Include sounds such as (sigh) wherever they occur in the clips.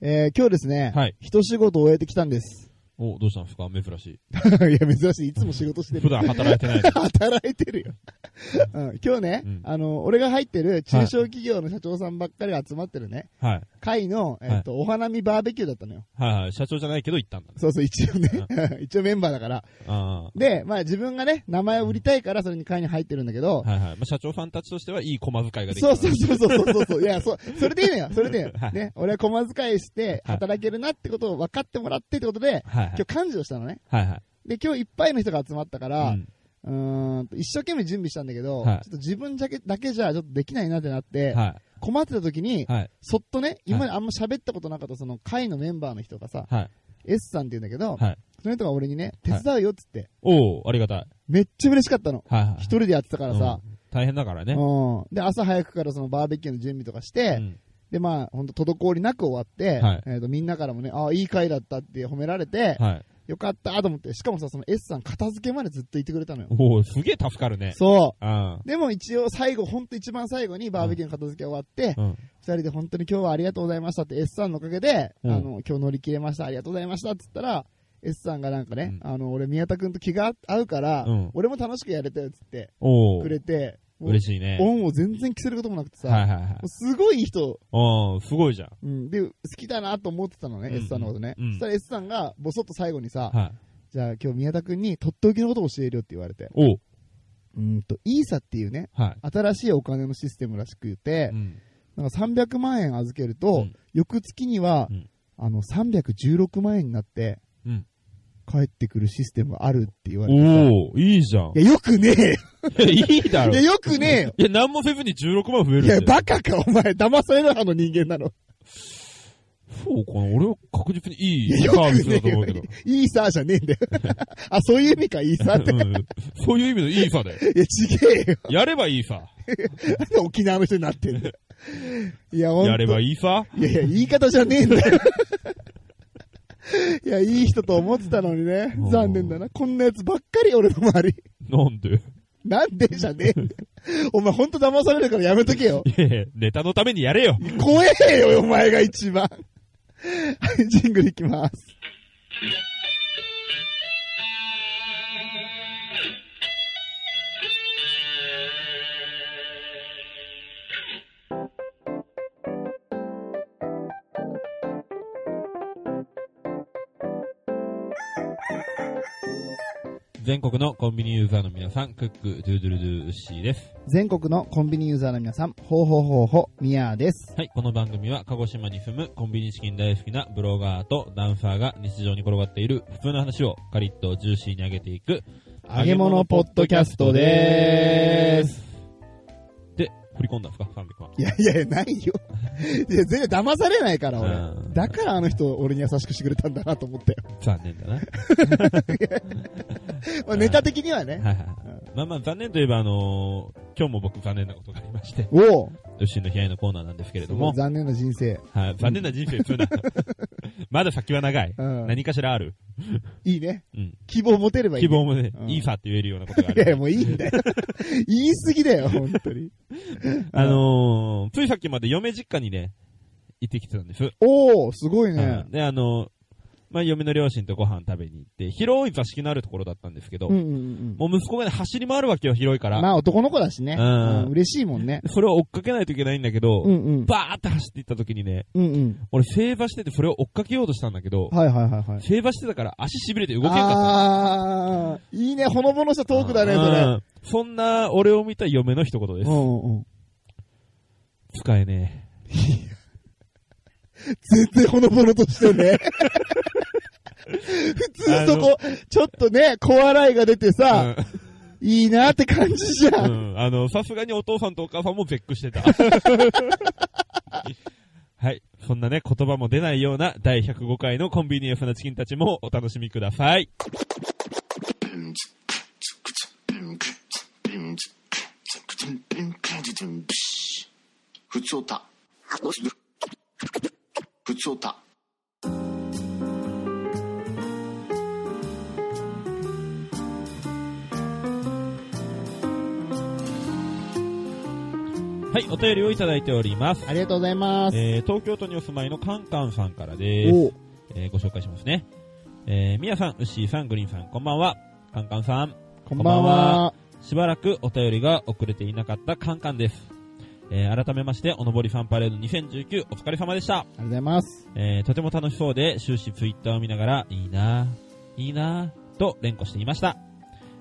えー今日ですね、はい。一仕事終えてきたんです。 (laughs) お、どうしたんですか珍しいや、珍しい。いつも仕事してい。る普。段働いてない。 (laughs) 働いてる (laughs) よ。うん、今日ね、うんあの、俺が入ってる中小企業の社長さんばっかりが集まってるね、はい。会の、えっと、お花見バーベキューだったのよ。はいはい。社長じゃないけど行ったんだね。そうそう、一応ね、 (laughs) 一応メンバーだから。あで、まあ自分がね、名前を売りたいからそれに会に入ってるんだけどあ。、はいはい。まあ、社長さんたちとしてはいい駒遣いができた。そうそうそうそうそうそう。いや、そう、それでいいのよ。それでいいのよ (laughs) は。いね。俺は駒遣いしてはい働けるなってことを分かってもらってってことで、はいはい今。日幹事をしたのね。はいはい。で、今日いっぱいの人が集まったから、ううんーんと一生懸命準備したんだけど、はいちょっと自分だけだけじゃちょっとできないなってなって、は困ってた時にい。、はい。そっとね、今まであんま喋ったことなかったその会のメンバーの人がさ、はい。 S さんって言うんだけど、はいその人が俺にね、手伝うよっつって、おおありがたい。めっちゃ嬉しかったの。はいはい。一人でやってたからさ、うん、大変だからね。うん。で、朝早くからそのバーベキューの準備とかして、うんで、まあ、本当滞りなく終わって、はいえっ、と、みんなからもね、ああ、いい回だったって褒められて、はい。よかったと思って、しかもさ、その S さん片付けまでずっと言ってくれたのよ。おおすげえ助かるね。そうん。う。でも一応最後、ほんと一番最後にバーベキューの片付け終わって、うん。二、人で本当に今日はありがとうございましたって S さんのおかげで、うんあの、今日乗り切れました、ありがとうございましたって言ったら、S さんがなんかね、うあの、俺宮田くんと気が合うから、うん俺も楽しくやれたよっつっておおくれて、嬉しい。しいね。恩を全然着せることもなくてさ、はいはいも。はいうすごいいい人うん、すごいじゃん。うん、で、好きだなと思ってたのね、うん S さんのことね。うんそしたら S さんが、ぼそっと最後にさ、はい。じゃあ今日宮田くんにとっておきのことを教えるよって言われて。おううんと、イーサっていうね、はい。新しいお金のシステムらしく言って、うん。なんか300万円預けると、うん翌月には、うんあの、316万円になって、うん帰ってくるシステムがあるって言われてさ。おおいいじゃん。いや、よくねえよいいだろ。いや、いよくねえよや、なんもせずに16万増えるんいだや、よ。バカか、お前。騙される派の人間なの。そうかな俺は確実にいいやいよサービくスねだとえよ思うけど。。イーサーじゃねえん (laughs) だよ。あ、そういう意味か、イーサーって。うんそういう意味のいいさだよ。いや、ちげえよ。やればいいさ。なんで沖縄の人になってんだよ。いや、ほんとやればいいさ。いやいや、言い方じゃねえんだよ。いや、いい人と思ってたのにねう。ん残念だな。こんなやつばっかり俺の周り。なんでなんでじゃねえんだよ。お前ほんと騙されるからやめとけよ。いやいや、ネタのためにやれよ。怖えよ、お前が一番。はい、ジングルいきます。全国のコンビニユーザーの皆さん、クック、ドゥードゥルドゥー、ウッシーです。全国のコンビニユーザーの皆さん、ほうほうほうほう、ミヤーです。はい、この番組は鹿児島に住むコンビニチキン大好きなブロガーとダンサーが日常に転がっている普通の話をカリッとジューシーに上げていく、揚げ物ポッドキャストでーす。で、振り込んだんですか ?300 万。いやいやいや、ないよ。いや、全然騙されないから、う俺。んだからあの人、俺に優しくしてくれたんだなと思ったよ。残念 (laughs) だな。はいまあ、ネタ的にはね。はいはい。まあまあ残念といえば、あのー今日も僕残念なことがありまして、おおウッシーの悲哀のコーナーなんですけれども、残念な人生。はい、残念な人生普通な。 (laughs) まだ先は長い。うん何かしらある。いいね。うん。希望持てればいい、希望もね、うんいいさって言えるようなことが (laughs) あいやいや、る。もういいんだ (laughs) よ。言い過ぎだよ、本当に。あのー、ついさっきまで嫁実家にね、行ってきてたんです。おおすごいはねい。で、あのー、まあ、嫁の両親とご飯食べに行って、広い座敷のあるところだったんですけど、うんうんうん。もう息子がね、走り回るわけよ、広いから。まあ、男の子だしね。ううんん。嬉しいもん (laughs) ね。それを追っかけないといけないんだけど、うんうん。バーって走っていった時にね、うんうん。俺正座しててそれを追っかけようとしたんだけど、はいはいはいはい。正座してたから足痺れて動けんかったの。あー、いいね、ほのぼのしたトークだね、それ。うんそんな俺を見た嫁の一言でう。すんうんうん。使えね全然ほのぼのとしてね。 (laughs) 普通そこ、ちょっとね、小笑いが出てえ。さ、いいなって感じじゃ。うんん。うんあの、さすがにお父さんとお母さんも絶句して (laughs) た。はい。そんなね、言葉も出ないような第105回のコンビニエンスなチキンたちもお楽しみください。ふつおた。ふつおた。はい。はい、お便りをいただいております。ありがとうございます。えー、東京都にお住まいのカンカンさんからです。おうえーご紹介しますね。えー、みやさん、うっしーさん、グリーンさん、こんばんは。カンカンさん。こんばんは。しばらくお便りが遅れていなかったカンカンです。えー、改めまして、おのぼりファンパレード2019お疲れ様でした。ありがとうございます。えー、とても楽しそうで、終始ツイッターを見ながら、いいなぁ、いいなぁ、と連呼していました。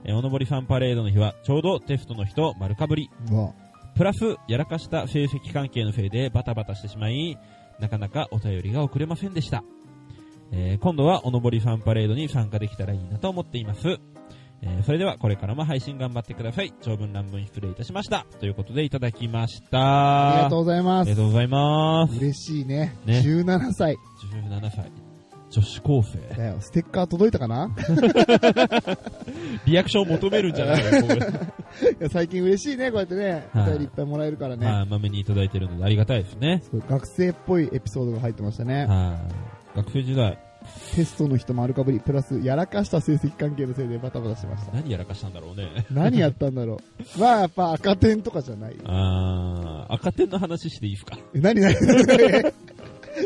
えー、おのぼりファンパレードの日は、ちょうどテストの日と丸かぶり。うわプラス、やらかした成績関係のせいでバタバタしてしまい、なかなかお便りが送れませんでした。えー今度はおのぼりファンパレードに参加できたらいいなと思っています。えーそれではこれからも配信頑張ってください。長文乱文失礼いたしました。ということでいただきました。ありがとううございまありがす。とうございます。嬉しいね。ね17歳17歳。女子高生。だよ。ステッカー届いたかな (laughs) リアクションを求めるんじゃないよ、これい (laughs) や最近嬉しいね、こうやってね。はおい便りいっぱいもらえるからね。はい、まめにいただいてるのでありがたいですね。すごい学生っぽいエピソードが入ってましたね。はい。学生時代、テストの人丸かぶり、プラス、やらかした成績関係のせいでバタバタしてました。何やらかしたんだろうね。何やったんだろう。 (laughs) まあ、やっぱ赤点とかじゃない。あー、赤点の話していいですかえ何何 (laughs)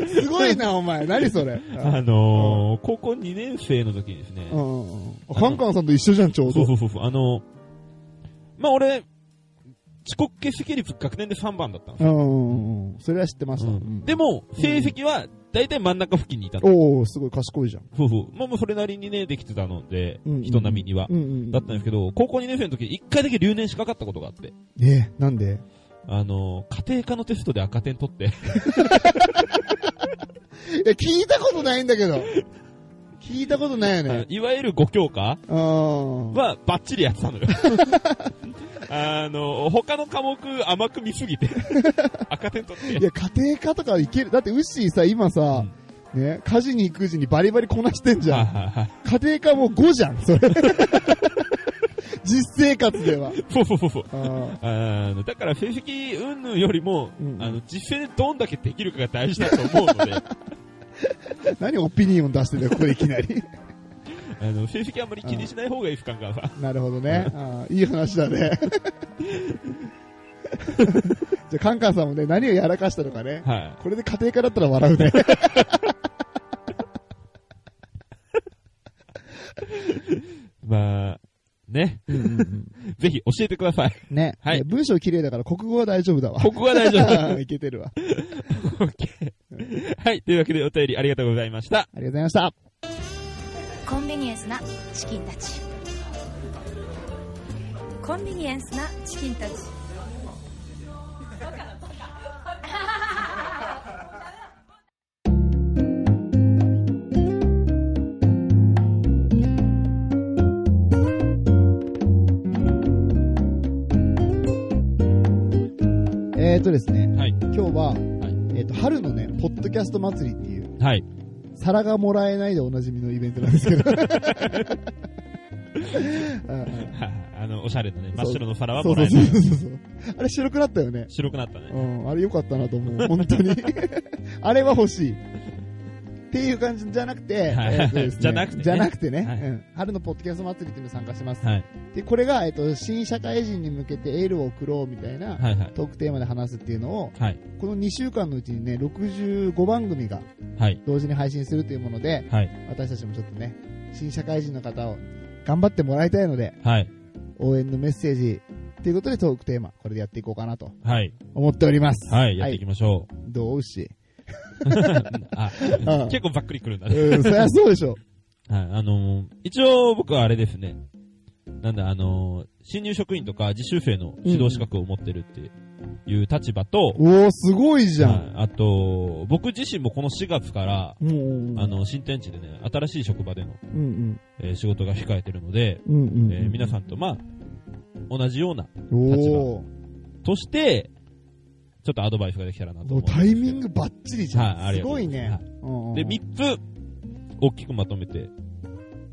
すごいな、お前。何それ。あのー、高校2年生の時にですねう、んうんうんあカンカンさんと一緒じゃん、ちょうそどう。そうそうそう、あのー、まあ俺、遅刻欠席率学年で3番だったんでうんうんうん。それは知ってましすた。よ。ううんん、でも、成績は大体真ん中付近にいたの。おおすごい賢いじゃん。そうそう。まあもうそれなりにね、できてたのでうんうん、人並みには。うんうん。だったんですけど、高校2年生の時、1回だけ留年しかかったことがあって。ねえ、なんであの、家庭科のテストで赤点取って、え、聞いたことないんだけど。聞いたことないよね。 (laughs) いわゆる5教科あーはバッチリやってたのよ。 (laughs) あの、他の科目甘く見 (laughs) すぎて、赤点取っいて。や、家庭科とかいける。だって、ウッシーさ、今さ、ね、家事に育児にバリバリこなしてんじゃん。はいはいはい家庭科もう5じゃん、それ。実生活では。そうそうそうそう。あーあの、だから成績云々よりも、うんあの、実践でどんだけできるかが大事だと思う (laughs) ので、何オピニオン出してんだよ、ここでいきなり。あの、成績あんまり気にしない方がいい、不感がさ。なるほどね。あーいい話だね。じゃあ、カンカンさんもね、何をやらかしたのかね。はい。これで家庭科だったら笑うね。まあ、ね、 (laughs) ぜひ教えてください。ね。はいいや文章綺麗だから国語は大丈夫だわ。ここは大丈 (laughs) 夫。いけてるわ。あり OK はい、というわけでお便りありがとうございました。がとうございました。コンビニエンスなチキンたちコンビニエンスなチキンたちえーとですね、はい。今日は、いえーと、春のね、ポッドキャスト祭りっていう、はい。皿がもらえないでおなじみのイベントなんですけ (laughs) ど。うんうんあの、おしゃれなね、真っ白の皿はそもうらそうえそなうい。そうそう。あれ白くなったよね。白くなったねう。ん、あれ良かったなと思う。本当に。 (laughs) あれは欲しい。っていう感じじゃなくて、はいえーとですね (laughs) じゃなくてねじゃなくてね、はいうん春のポッドキャスト祭りっていうのに参加します。はい。で、これが、えっ、と、新社会人に向けてエールを送ろうみたいな、はいはい。トークテーマで話すっていうのを、はい。この2週間のうちにね、65番組がはい。同時に配信するというもので、はい。私たちもちょっとね、新社会人の方を頑張ってもらいたいので、はい。応援のメッセージ、ということでトークテーマ、これでやっていこうかなとはい。思っております。はい。やっていきましょ (laughs) う。どうし。あうん結構ざっくりくるんだね。うん、そりゃそうでし (laughs) ょ。はい。あのー、一応僕はあれですね。なんだ、あのー、新入職員とか実習生の指導資格を持ってるっていう立場と、おおすごいじゃん。はいあと、僕自身もこの4月から、うんうんうん。あ、の、新天地でね、新しい職場でのうんえー仕事が控えてるので、うん。うんうん。えー皆さんとまあ、同じような、ん、おーとして、ちょっとアドバイスができたらなもと思ううんですタけどイミングバッチリじゃん。はいありすがとうごございいますね。うんうんで、3つ、大きくまとめて、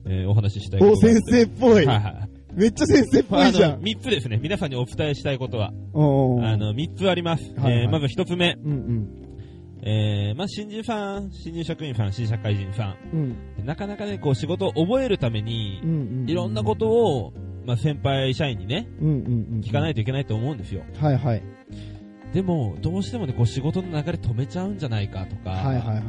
えーお話ししたいお、ことがあっ先生て。っぽい。はいはい。めっちゃ先生っぽいじゃあのん。 3つですね。皆さんにお伝えしたいことは、うんうん。あ、の、3つあります。はいはいえーまず1つ目、うんえーまあ、新人さん、新入職員さん、新社会人さうん。うんん、なかなかね、こう、仕事を覚えるためにう、んうん。いろんなことを、まあ、先輩社員にね、うんうんうん。。聞かないいといけないと思うんですよ。はいはい。でも、どうしてもね、こう仕事の流れ止めちゃうんじゃないかとか、はいはいはいはい。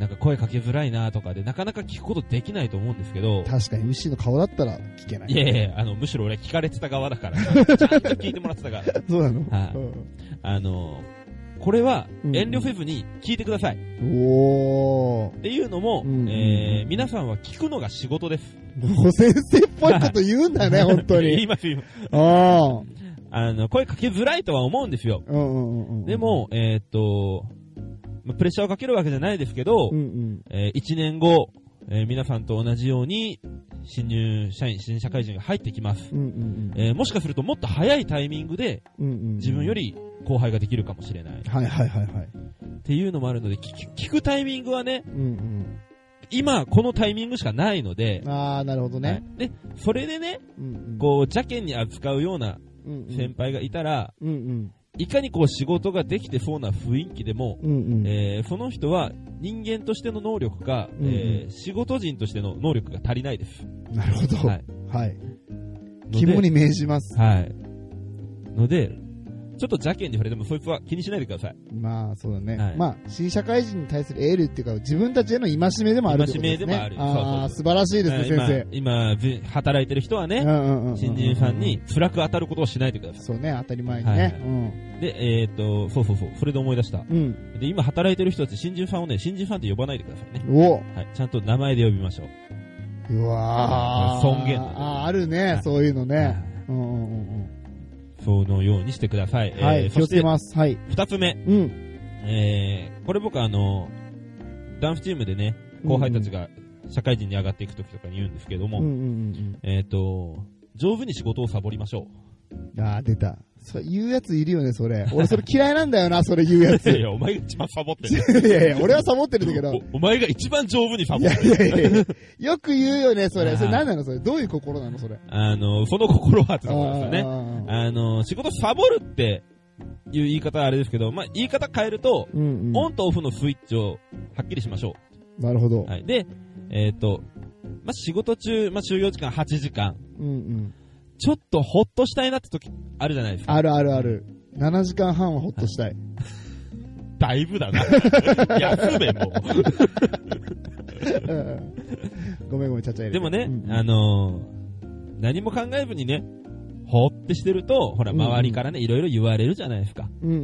なんか声かけづらいなとかで、なかなか聞くことできないと思うんですけど、確かに、牛の顔だったら聞けない。いやいやあの、むしろ俺聞かれてた側 (laughs) だから、ちゃんと聞いてもらってたから、そうなの、はいあの、これはうん遠慮せずに聞いてください。っうん、おていうのも、うんえー、皆さんは聞くのが仕事です。ー。もう先生っぽいこと言うんだ (laughs) ね、本当言に。います、言います。ああ。あの、声かけづらいとは思うんですよ。うんうんうんうん。で、も、えーっと、まあプレッシャーをかけるわけじゃないですけど、うんうん。え1年後、えー皆さんと同じように、新入社員、新社会人が入ってきます。うんうんえーもしかするともっと早いタイミングでうん。うんうん、自分よ。り後輩ができるかもしれない。はいはいはいはい。っていうのもあるので、聞き聞くタイミングはね、うん今このタイミングしかないのでうん。、ああ、なるほどね。はいで、それでね、うんうん。こう、邪険に扱うようなうんうん、先輩がいたら、うんうん。いかにこう仕事ができてそうな雰囲気でも、うんうん。えーその人は人間としての能力か、うんうんえー仕事人としての能力が足りないです。なるほど。ははいい。ので肝に銘じます。はい。ので、ちょっと邪険に触れても、そいつは気にしないでください。まあ、そうだね。はいまあ、新社会人に対するエールっていうか、自分たちへの戒めでもあるってことですね。戒めでもあるああ、そう素晴らしいですね、先えー今、今ず働いてる人は生。ね、んうんう新人さん。に辛く当たることをしないでくださそうね、当たり前にはいね。うんい。で、えーっと、そうそうそう、それで思い出した。うん。で、今働いてる人たち、新人さんをね、新人さんって呼ばないでくださいね。おはい。ちゃんと名前で呼びましょう。うわー尊厳だねあーあるね、はいそういうのはね。いうんうんうんそのようにしてください。うん。はえーい、気そをしつけて、ます。はい。二つ目。うん。えー、これ僕あの、ダンスチームでね、後輩たちが社会人に上がっていくときとかに言うんですけどうも、んうんえっ、と、上手に仕事をサボりましょうん。ああ、出た。そう言うやついるよね、それ。俺それ嫌いなんだよな、それ言うやう。 (laughs) つ。 (laughs) いや、お前が一番サ (laughs) ボってる。やいや、俺はサボってるんだけど。おお前が一番上手にサいボっやている。やいやよく言うよね、そはれ。いそれ何なのそれ。どういう心なのそれ。あの、その心はってところですよあね。ーあの、仕事サボるっていう言い方はあれですけど、まあ、言い方変えると、うんオうンとオフのスイッチをはっきりしましょん。なるほどう。。はい。で、えっ、と、まあ、仕事中、まあ、就業時間8時間、うんうん。ちょっとほっとしたいなって時あるじゃないですか。あるあるある。7時間半はほっとしたい。だいぶだ (laughs) な。休 (laughs) めもう。ごめんごめん、ちゃちゃ入れてでもね、うんあのー何も考えずにね、ほってしてると、ほら、うんうん周りからね、いろいろ言われるじゃないですか。うんう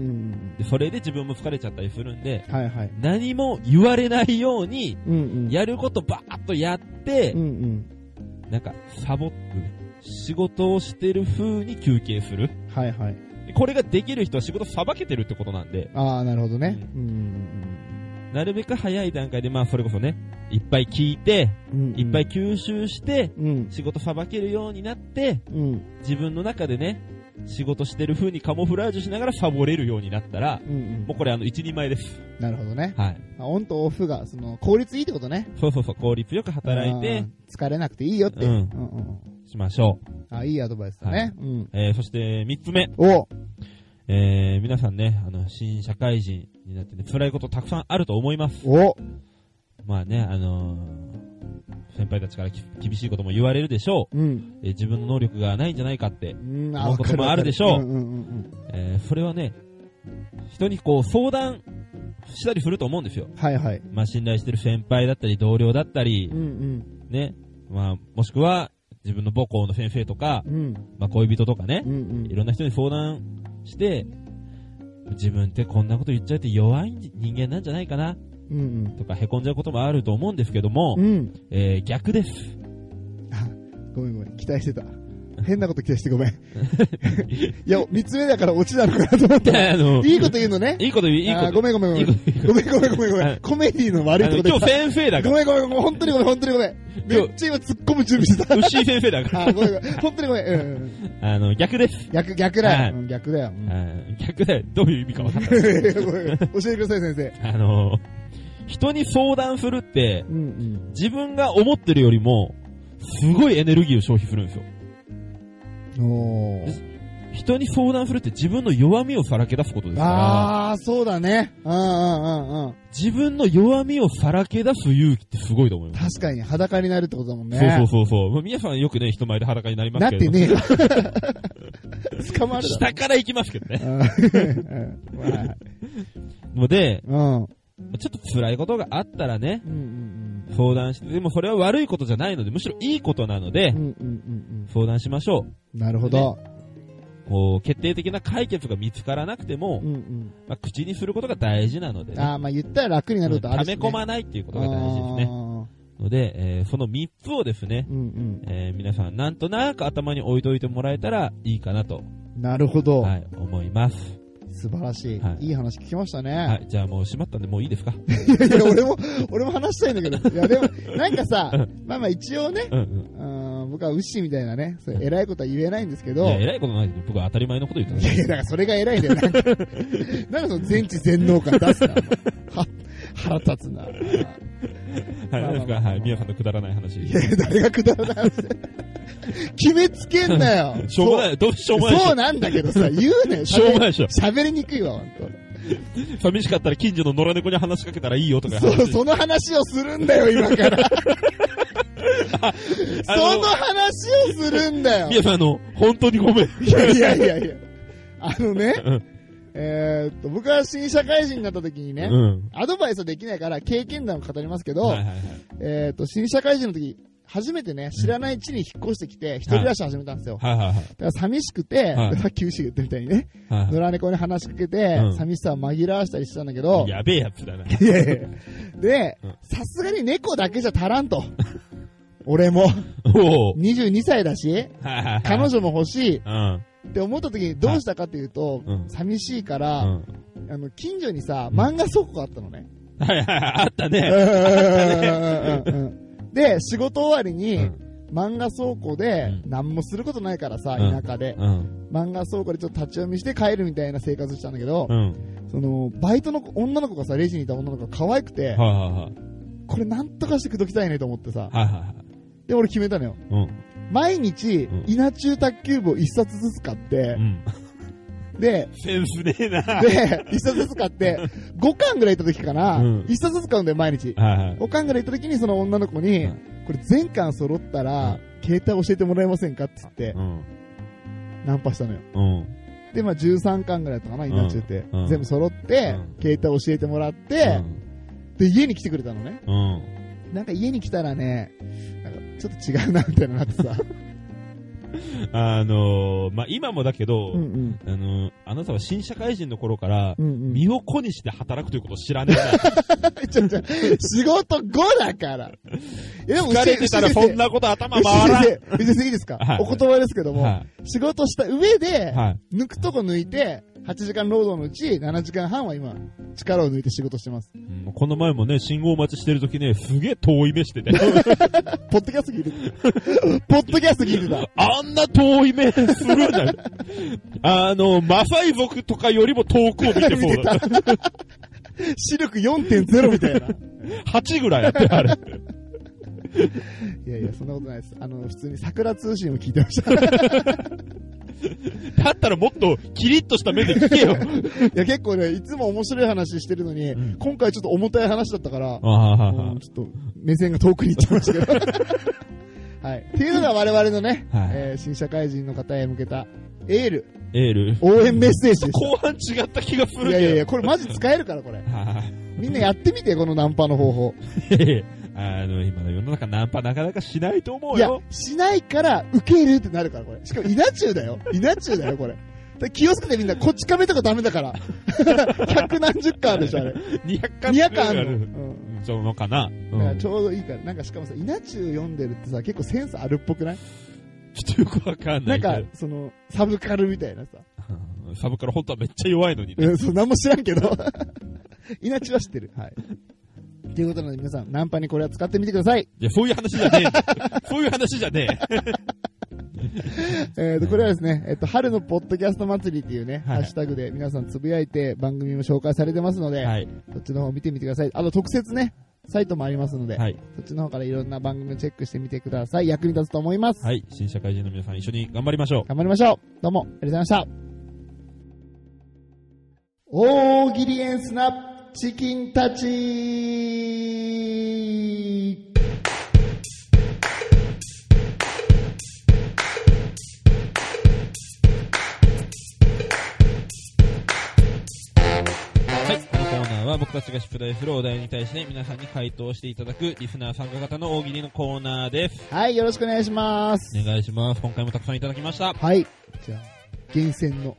んで、それで自分も疲れちゃったりするんで、うん。はいはい。何も言われないように、うんうん。やることばーっとやってうんう、ん。なんか、サボって、仕事をしてる風に休憩する。はいはい。でこれができる人は仕事さばけてるってことなんで、ああ、なるほどね。ううんうんなるべく早い段階で、まあ、それこそね、いっぱい聞いて、うんうん。うんうんいっぱい。吸収して、うん。仕事さばけるようになって、うん自分の中でね、仕事してる風にカモフラージュしながらサボれるようになったら、うんうんもう。これあの、一人前です。なるほどね。はい。あオンとオフが、その、効率いいってことね。そうそうそう、効率よく働いて、あー。疲れなくていいよって。うんうんうん。しましょあいいアドバイスだね。うん。う。えー、そして、三つ目。おえー、皆さんね、あの、新社会人になってね、辛いことたくさんあると思います。おまあね、あのー先輩たちからき厳しいことも言われるでしょうん。う、えー自分の能力がないんじゃないかって、うん思うこともあるでしょううんうんうんえーそれはね、人にこう相談したりすると思うんですよ。うん。はいはい。まあ信頼してる先輩だったり、同僚だったりう、んね、まあもしくは自分の母校の先生とかうん。、うんまあ恋人とかねう、んいろんな人に相談して、自分ってこんなこと言っちゃって弱い人間なんじゃないかなうん。うんとか凹んじゃうこともあると思うんですけどもうん。う、ん。えー逆です。あ (laughs) ごめんごめん。期待してた。変なこと期待してごめん。 (laughs) いや、三つ目だからオチなのかなと思っでた。あの、いいこと言うのね。いいこと言う、いいこあーとごめんごめんごめん。ごめんごめんごめんごめはいん。コメディの悪いあのとこで今日。先生だかごめら、んごめんごめん。本当にごめん本当にごめん。めっちゃ今突っ込む準備してた。牛井先生だから、あーごめんごめん。本当にごめんうんうんうん。あの、逆です。逆、逆はだいよ。うん逆だよ。うん (laughs) うん逆だよ。どういう意味か分かんない。教えてください、先生。あの、人に相談するって、うんうん。自分が思ってるよりも、すごいエネルギーを消費するんですよ。おー。人に相談するって自分の弱みをさらけ出すことですから、ああー、そうだね。うんうんうんうん。自分の弱みをさらけ出す勇気ってすごいと思います。確かに裸になるってことだもんね。そうそうそうそう。まあ皆さんよくね、人前で裸になりますなっけれてど。ねえよ。 (laughs) 捕まるだ下から行きますけどね。ろ。うんので、 (laughs) うん。うんちょっと辛いことがあったらね、うんうん相談して、でもそれは悪いことじゃないので、むしろいいことなのでうんう、んうん相談しましょうん。なるほど。う。こう、決定的な解決が見つからなくてもう、んうん。まあ、口にすることが大事なのでね、ああ、まあ言ったら楽になることあ溜るし、めね。込まないっていうことが大事ですね。ね。ので、えーその3つをですね、うんえー皆さんなんとなく頭に置いといてもらえたらいいかなと、うん。なるほど。はい、思います。素晴らしい,、はいい。い話聞きましたね。はい、じゃあもう閉まったんでもうい (laughs) いですかいやいや、俺も、俺も話したいんだけど。いや、でも、なんかさ、まあまあ一応ね、うんうん。うん、僕はウッシーみたいなね、そういう偉いことは言えないんですけいど、や、い偉いことないですよ。僕は当たり前のこと言ってやいねや、だからそれが偉いんだよ。なんか、なんかその全知全能感出すな。は腹立つな。はい、 (laughs) まあ何まであすかはい、皆さんのくだらない話。 (laughs) いやいや、誰がくだらない話だよ決めつけんなよ。 (laughs) しょうもない、どうしようもないでしそうょ。なんだけどさ、言うね。しょうもないでしょ喋りにくいわ、ほんと。寂しかったら近所の野良猫に話しかけたらいいよとか話そう、その話をするんだよ、今から。そ (laughs) あのの話をするんだよ。皆さん、あの、本当にごめん。いやいやいやいや。あのねうん、えーっと、僕は新社会人になった時にね、うん。アドバイスはできないから経験談を語りますけど、はいはいはい。えーっと、新社会人の時、初めてね、知らない地に引っ越してきて、一人暮らし始めたんですよ。はいはいはい。だから寂しくて、はいだから (laughs) 九州言ったみたいにね、はい野良猫に話しかけてうん、寂しさを紛らわしたりしてたんだけど、やべえやつだな。いやいやいやでうん、さすがに猫だけじゃ足ら (laughs) んと。俺も、おお。 22歳だし、はいはいはい。彼女も欲しいうん。って思った時にどうしたかっていうとう、ん寂しいかうら、ん。あの、近所にさ、うん漫画倉庫があったのね。はいはいはい。 (laughs) あったね。うんうんうんうんで、仕事終わりうに、ん。漫画倉庫でうん、何もすることないからさ、うん田舎で。うん。漫画倉庫でちょっと立ち読みして帰るみたいな生活してたんだけどう、ん。その、バイトの女の子がさ、レジにいた女の子が可愛くてはい、はいはい。これなんとかして口説きたいねと思ってさ、はいはいはい。で、俺決めたのよ。うん。毎日うん、稲中卓球部を一冊ずつ買ってう、ん。で、センスねえな。はいで、 (laughs) 一冊ずつ買って、5巻ぐらい行った時かなうん、一冊ずつ買うんだよ、毎日。はい。 5巻ぐらい行った時に、その女の子うにん、これ全巻揃ったら、携帯教えてもらえませんかって言ってう、ん。ナンパしたのよ。うん。で、まあ13巻ぐらいだったかな、稲中ってうんうん。全部揃ってうん、携帯教えてもらって、で、家に来てくれたのね。うん。なんか家に来たらね、なんかちょっと違うな、みたいなのなって (laughs) さ。あのー、まあ、今もだけど、うんうん。あのー、あなたは新社会人の頃から、うんうん。身を粉にして働くということを知らね (laughs) えちょちょ、仕事後だから。いやでもな。疲れてたらそんななこと頭回 (laughs) らん。先生、先生いいですか、はいお言葉ですけども、は仕事した上でい。、はい。抜くとこ抜いて、8時間労働のうち7時間半は今、力を抜いて仕事してます。うんこの前もね、信号待ちしてるときね、すげえ遠い目してて。 (laughs) ポッドキャスト聞いてた。ポッドキャスト聞いてた。あんな遠い目するん (laughs) だよ。あの、マサイ族とかよりも遠くを見 (laughs) (laughs) てそうだ。視力4.0みたいな。 8ぐらいあって、あれ。いやいや、そんなことないです。あの、普通に桜通信を聞いてま (laughs) した。いだったらもっとキリッとした目で聞け (laughs) よ。や、結構ね、いつも面白い話してるのに、うん今回ちょっと重たい話だったから、あもうちょっと目線が遠くに行っちゃいました (laughs) けど。はい。っていうのが我々のね、はいえー新社会人の方へ向けたエール、エール。応援メッセージでし後半違った気がすた。るけど。いやいやいや、これマジ使えるから、これ。はいみんなやってみて、このナンパの方法。いやい (laughs) やあの、今の世の中ナンパなかなかしないと思ういやよ。、しないから受け入れるってなるから、これ。しかも稲中だ (laughs) よ。稲中だよ、これ。だから気をつけてみんな、こっち亀とかダメだから。 (laughs) 百何十巻あるでしょ、あれ。 200巻200巻あぐらいるの。うんうんそうのかな。うだんからちょうどいいから、なんかしかもさ、稲中読んでるってさ、結構センスあるっぽくないちょっとよくわかんなないんけど。か、その、サブカルみたいなさ。うんサブから本当はめっちゃ弱いのにね。うん、そう、なんも知らんけど。 (laughs) 稲中は知ってる。はい。ということなので皆さん、ナンパにこれは使ってみてください。いや、そういう話じゃねえん (laughs) だよ。そういう話じゃねえ。えっと、これはですね、えっ、と、春のポッドキャスト祭りっていうね、はいハッシュタグで皆さんつぶやいて番組も紹介されてますので、はい。そっちの方見てみてください。あと、特設ね、サイトもありますので、はい。そっちの方からいろんな番組をチェックしてみてください。役に立つと思います。はい。新社会人の皆さん一緒に頑張りましょう。頑張りましょう。どうも、ありがとうございました。大喜利エンスナチキンたちちが出題するお題に対して皆さんに回答していただくリスナー参加型の大喜利のコーナーです。はい、よろしくお願いしますお。願いします。今回もたくさんいただきました。はい。じゃあ、厳選の、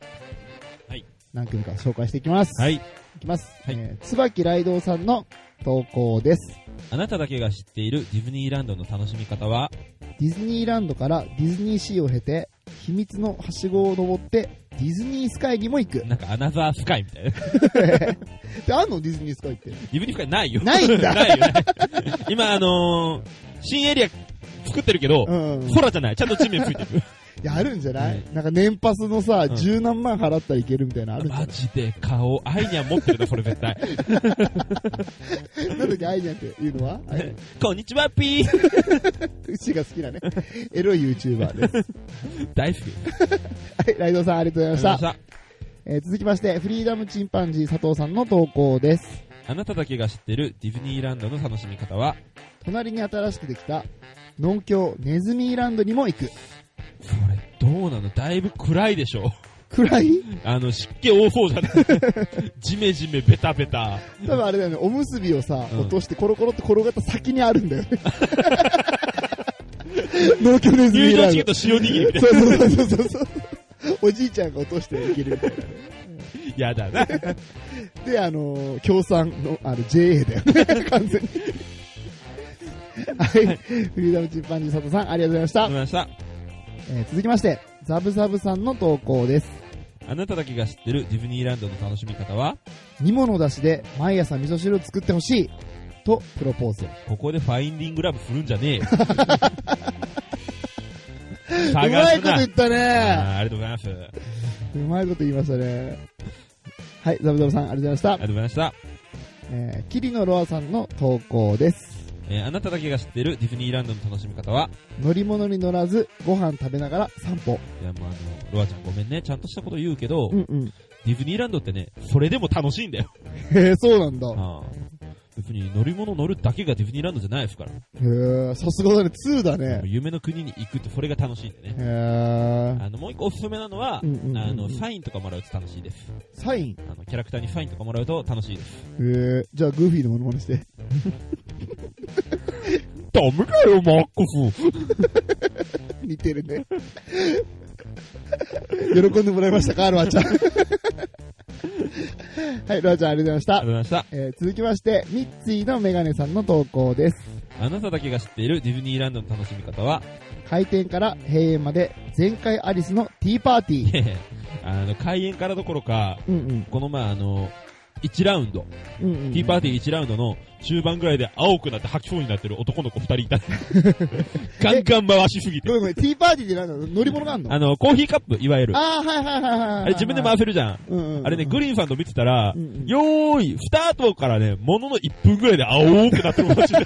はい。何組か紹介していきます。。はいい。いきます。はいえー椿雷道さんの投稿です。あなただけが知っているディズニーランドの楽しみ方は、ディズニーランドからディズニーシーを経て、秘密のはしごを登って、ディズニースカイにも行く。なんかアナザースカイみたいな。デで、あんのディズニースカイって。ィズニースカイないよ。ないんだ (laughs) ないよね。今、あのー、新エリア作ってるけど、うん。い空じゃない。ちゃんと地面ついてる。や、あるんじゃない、うなんか年パスのさ、うん十何万払ったらいけるみたいなのあるんじゃなマいジで顔、アイニャン持ってるな、それ絶対。 (laughs) なんだっけ、アイニャンっていうのはアイニャンこんにちは、ピーうちが好きなね。 (laughs) エロい YouTuber です。は大好き。い、ライドさんありがとうございました。ありがとうございましえー続きまして、フリーダムチンパンジー佐藤さんの投稿です。たあなただけが知ってるディズニーランドの楽しみ方は、隣に新しくできた、農協ネズミーランドにも行く。これどうなのだいぶ暗いでしょ暗いあの、湿気多そうじ (laughs) ゃないジメジメベタベタ。多分あれだよね、おむすびをさ、うん落としてコロコロって転がった先にあるんだよね。農協ネズミ入ーラ場ンチケット塩握りみたいド。そうそうそうそうそう。おじいちゃんが落としていけるみたいな。な。やだな。で、あのー共産の、あの、JA だよね、完全に。はい、フリーダムチンパンジー佐藤さん、ありがとうございました。思いました。えー続きまして、ザブザブさんの投稿です。あなただけが知ってるディズニーランドの楽しみ方は、煮物出しで毎朝味噌汁を作ってほしいとプロポーズ。ここでファインディングラブするんじ (laughs) ゃねえよ。うまいこと言なったねあーありがとうございます。ありうまいこと言いましたね。はい、ザブザブさん、ありがとうございまがとうございましした。た。えー、キリノロアさんの投稿です。えーあなただけが知ってるディズニーランドの楽しみ方は、乗り物に乗らず、ご飯食べながら散歩。いやもうあの、ロアちゃんごめんね、ちゃんとしたこと言うけど、うんうん。ディズニーランドってね、それでも楽しいんだよ。へえ、そうなんだ。あ別に乗り物乗るだけがディズニーランドじゃないですから。へえ、さすがだね、2だね。夢の国に行くとそれが楽しいんでね。へえ。あの、もう一個おすすめなのは、うんうんうんうんあの、サインとかもらうと楽しいです。サインあの、キャラクターにサインとかもらうと楽しいです。へえ、じゃあグーフィーのモノマネして。ダメだよ、マックス。似てるね。喜んでもらいましたか、ロアちゃん。はい、ロアちゃんありがとうござあいました。りがとうございましえー続きまして、ミッツィのメガネさんの投稿です。た。あなただけが知っているディズニーランドの楽しみ方は、開店から閉園まで全開アリスのティーパーティー。あの、開園からどころか、うんこの前あの、1ラウンド、うん。うんうん、ティーパーテティー1ラウンドの中盤ぐらいで青くなって吐きそうになってる男の子2人 (laughs) いた。ガンガン回しすぎごて。めんごめん、ティーパーティーって何なの乗り物があんのあの、コーヒーカップ、いわゆる。ああー、はいはいはいはいはい。れ自分で回せるじゃん。うんうんうんあれね、グリーンさんと見てたらうんう、んよーい、スタートからね、ものの1分ぐらいで青くなってる (laughs) マジで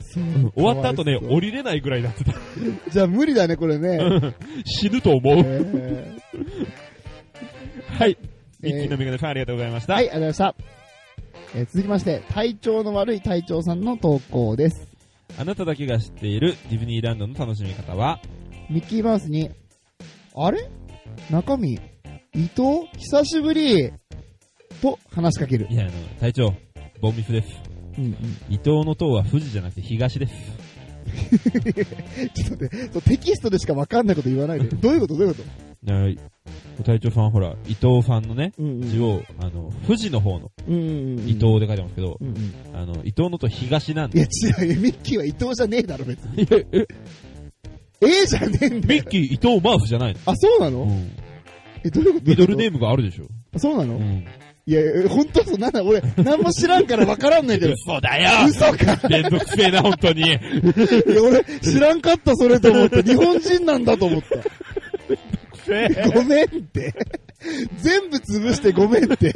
そう終わった後ね、かわいそう降りれないぐらいになってた。じゃあ無理だね、これね。死ぬと思えう。ーはい。えミーッキーのメガネさんありがとうございました。はい、ありがとうございました。えー続きまして、体調の悪い隊長さんの投稿です。あなただけが知っているディズニーランドの楽しみ方は、ミッキーマウスに、あれ中身、伊藤久しぶりと話しかける。いや、あの、隊長、ボンミスです。うんうん。伊藤の塔は富士じゃなくて東です。ちょっと待って、そうテキストでしかわかんないこと言わないで。どういうことどういうこはい。隊長さんほら、伊藤さんのね、とうんう字ん。を、あの、富士の方のうんうんうん。伊。藤で書いてますけど、うんうん。あの、伊藤のと東なんいで。や、違うよ。ミッキーは伊藤じゃねえだろ、別に。いやえええじゃねえんだミよッ。キー、伊藤マーフじゃないあ、そうなの、の、うん、え、どういうことミドルネーームがあるでしょ。ム。そうなの、うん。いやいや、本当そう、なんだ、俺、なんも知らんからわからんないけど。嘘だよ嘘かめんどくせえな、本当に。いや俺、知らんかった、それと思って。日本人なんだと思った。ごめんって。全部潰してごめんって。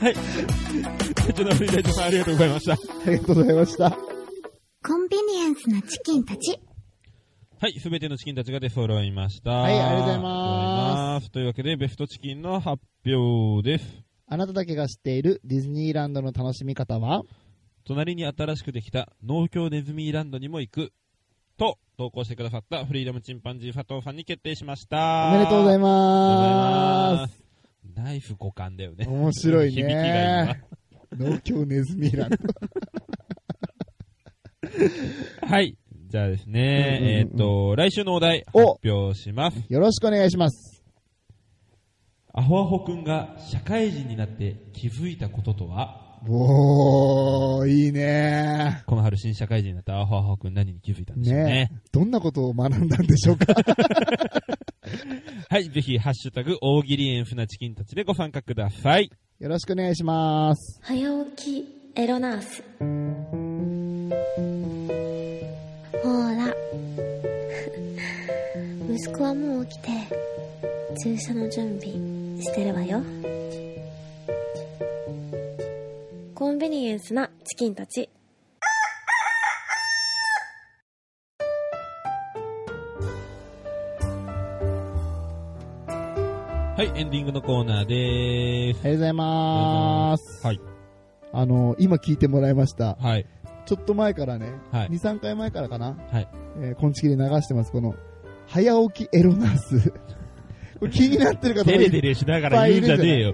はい。ちょっと、フリーダイトさんありがとうございました。ありがとうございました。コンビニエンスなチキンたちはい、すべてのチキンたちが出揃いました。はいありがとうございますありがとうございます。というわけで、ベストチキンの発表です。あなただけが知っているディズニーランドの楽しみ方は隣に新しくできた農協ネズミーランドにも行く。と、投稿してくださったフリーダムチンパンジー佐藤さんに決定しましおた。めでとうございありがとうございまます。ナイフ五感だよねす。。面白い響きが今ね。農協ネズミランド。はい。じゃあですね、うんうんうんえーっ、と、来週のお題お発表します。よろしくお願いします。アホアホくんが社会人になって気づいたこととはおー、いいね。この春新社会人になったアホアホくん何に気づいたんでしょうね。ねどんなことを学んだんでしょうか。はい。ぜひ、ハッシュタグ、大喜利円船チキンたちでご参加ください。よろしくお願いします。早起きエロナースほら (laughs) 息子はもう起きて注射の準備してるわよコンビニエンスなチキンたちはい。エンディングのコーナーでーす。ありがとうございます。はい。あの、今聞いてもらいました。はい。ちょっと前からね、はい2、3回前からかな、はいえー、こんちきで流してます、この、早起きエロナース。 (laughs) これ気になってる方デもレいデレしながら言うんじゃねえよ。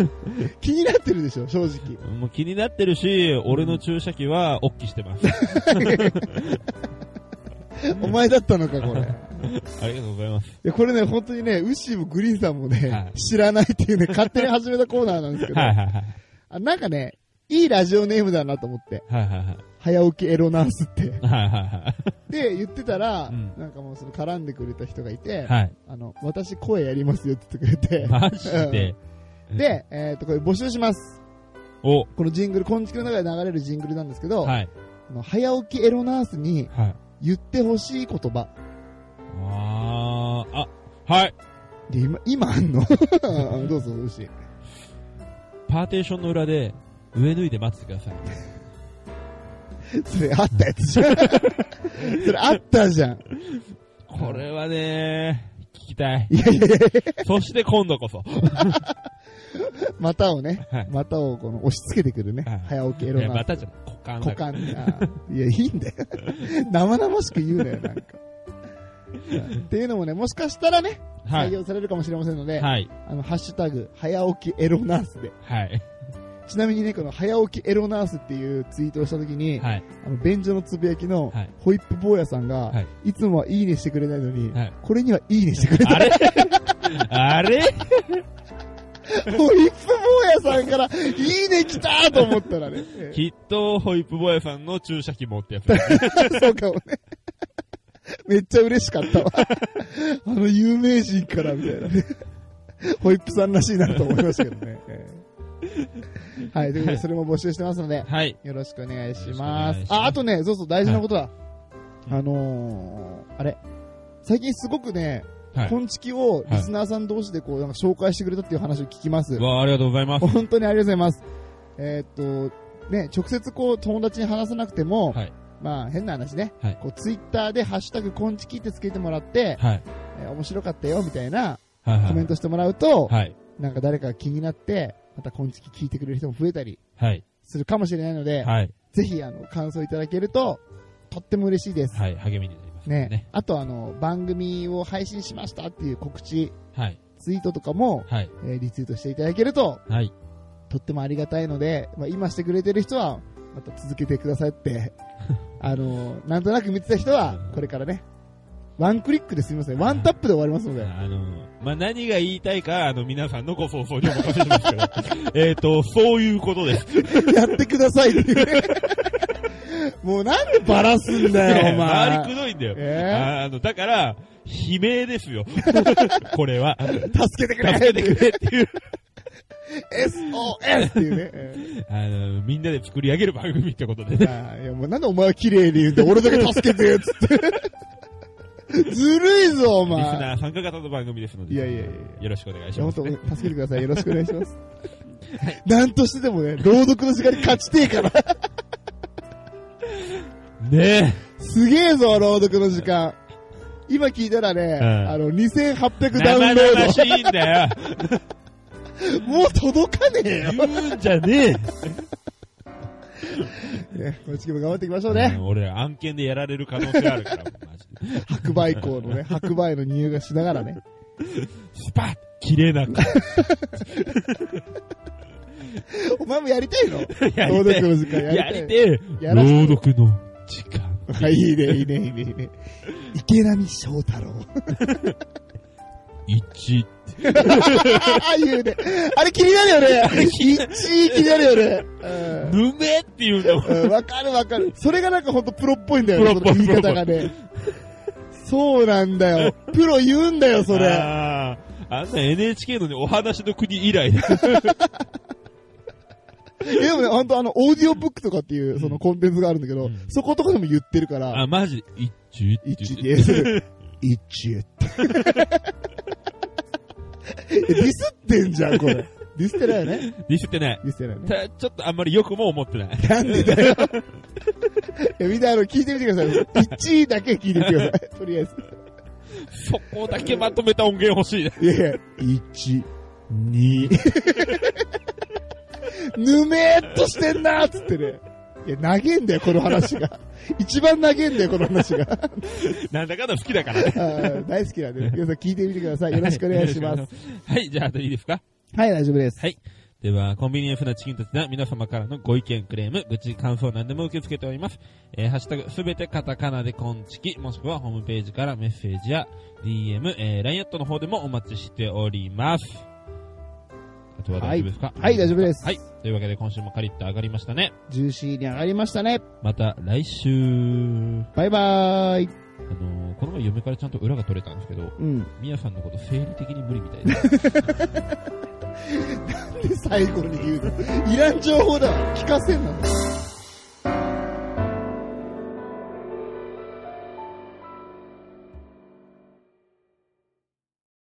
(laughs) 気になってるでしょ、正直。もう気になってるし、俺の注射器は、おっきして (laughs) ます。お前だったのか、これ。いありがとうござい (laughs) ます。や、これね、本当にね、ウッシーもグリーンさんもね、はい知らないっていうね、 (laughs) 勝手に始めたコーナーなんですけど、はいはいはい。あなんかね、いいラジオネームだなと思って、はいはいはい。早起きエロナースって。はいはで、言ってたら、うんなんかもうその絡んでくれた人がいて、い (laughs) はい。あの、私声やりますよって言ってくれて、はい。マジで。で、えっ、と、これ募集します。お、このジングル、こんちきの中で流れるジングルなんですけど、はい。あの早起きエロナースにはい。言ってほしい言葉。あー、あ、はい。で、今、今あんの (laughs) どうぞ、うし。パーテーションの裏で、上脱いで待っててください。それあったやつ (laughs) じゃん。それあったじゃん。これはね、聞きたい。いやいやいや、そして今度こそ。股をねはい、股をこの押し付けてくるねはい。早起きエいロや、ナまーたスじゃん、股間股だから。間あーいや、いいんだよ。生々しく言うなよ、なんか。っていうのもね、もしかしたらね、は採い。用されるかもしれませんので、はい。あの、ハッシュタグ、早起きエロナースで。はい。ちなみにね、この早起きエロナースっていうツイートをしたときに、はい。あの、便所のつぶやきのはい、ホイップ坊やさんが、、はいつもはいいねしてくれないのに、はいこれにはいいねしてくれた。あれあれ (laughs) ホイップ坊やさんから、いいね来たーと思ったらね、えきっと、ホイップボーイさんの注射器持ってやつ。ーそうかもね。めっちゃ嬉しかったわ。あの有名人からみたいなね。ホイップさんらしいなと思いましたけど (laughs) ね。えーはい、ということで、それも募集してますので、はい。よろしくお願いしますよろしくお願いし。ますあ、あとね、そうそう、大事なことだ。いあのー、あれ。最近すごくね、はい。昆虫をリスナーさん同士でこう、なんか紹介してくれたっていう話を聞きます。わあ、ありがとうござい (laughs) ます。本当にありがとうございます。えーっと、ね、直接こう、友達に話さなくても、はいまあ、変な話ね。はいこう、ツイッターでハッシュタグ昆虫ってつけてもらって、はい。えー面白かったよ、みたいなはい。はいコメントしてもらうと、はい。なんか誰かが気になって、また昆虫聞いてくれる人も増えたりはい。するかもしれないので、はい。ぜひ、あの、感想いただけると、とっても嬉しいです。はい。励みになります。ねね。あと、あの、番組を配信しましたっていう告知、はい。ツイートとかも、はい。えーリツイートしていただけると、はい。とってもありがたいので、まあ、今してくれてる人は、また続けてください (laughs) って、あの、なんとなく見てた人は、これからね、ワンクリックですみません。ワンタップで終わりますので。あの、まあ、何が言いたいか、あの、皆さんのご想像にお任せしますけど、 (laughs) えっと、そういうことです。やってくださいっていう (laughs) ねもうなんでバラすん (laughs) だよ、お (laughs) 周りく前。どいんだよ。えーあの、だから、悲鳴です (laughs) よ。これは。助助けてくれけてくれっていう。 !SOS! っていうね。えーあの、みんなで作り上げる番組ってことでいね。やいやもうなんでお前は綺麗に言うんだ俺だけ助けてっつ (laughs) って。ずるいぞ、おリス前。ナー参加型の番組ですので。いやいやいやいやよろしくお願いしま本す当、ね。助けてください。よろしくお願いします。なんとしてでもね、朗読の時間に勝ちてえから。ねすげえぞ、朗読の時間。今聞いたらね、んあの、2800え。ダウ生ンロ々ーしいんだよ。ド。もう届かねえよ。言うんじゃねね、このチキも頑張っていきましょうねう。ん俺ら案件でやられる可能性あるから、マジで。白梅校のね、白梅の匂いがしながらね。スパッ切れなく。お前もやりたいのや朗りて読の時間え。やりてい。え。やらせて朗読の時間。あいいね、いいね、いいね、いいね。池波正太郎。一。ああいうね。あれ気になるよね。一気になるよね。うんぬめっていうのも。うんわかるわかる。それがなんかほんとプロっぽいんだよね、プそロのっぽ言いい方がね。そうなんだよ。プロ言うんだよ、それ。あーあんな NHK のね、お話の国以来だ。 (laughs) い (laughs) やでもね、ほんとあの、オーディオブックとかっていう、そのコンテンツがあるんだけどうん、そことかでも言ってるから、あ、マジで、一中って一言でって。一へって。 (laughs) えディスってんじゃん、これ。ディスってないよね。ディスってない。ディスってないよね。たちょっとあんまりよくも思っ (laughs) てない。なんでだよ。いやみんなあの、聞いてみてください。1位だけ聞いてみてくださ (laughs) い。とりあえず。そこだけまとめた音源欲しいね。いやいや、1、2。ぬめーっとしてんなーっつってね。いや、投げんだよ、この話 (laughs) が。一番投げんだよ、この話が。あなんだかんだ好きだからね。ー大好きなんで、皆さん聞いてみてくだ (laughs) さい。よろしくお願いします。。はい、じゃあ、あといいですかはい、大丈夫です。はい。では、コンビニエンスなチキンたちでは皆様からのご意見、クレーム、愚痴、感想何でも受け付けております。えーハッシュタグすべてカタカナでコンチキ、もしくはホームページからメッセージや DM、えー、LINE アットの方でもお待ちしております。あとは大丈夫ですかはい、大丈夫です。はい。というわけで今週もカリッと上がりましたね。ジューシーに上がりましたね。また来週、あのバイバーイ。ーこの前嫁からちゃんと裏が取れたんですけど、うん。みやさんのこと生理的に無理みたいです。で、最後に言うの。いらん情報だわ。聞かせんな。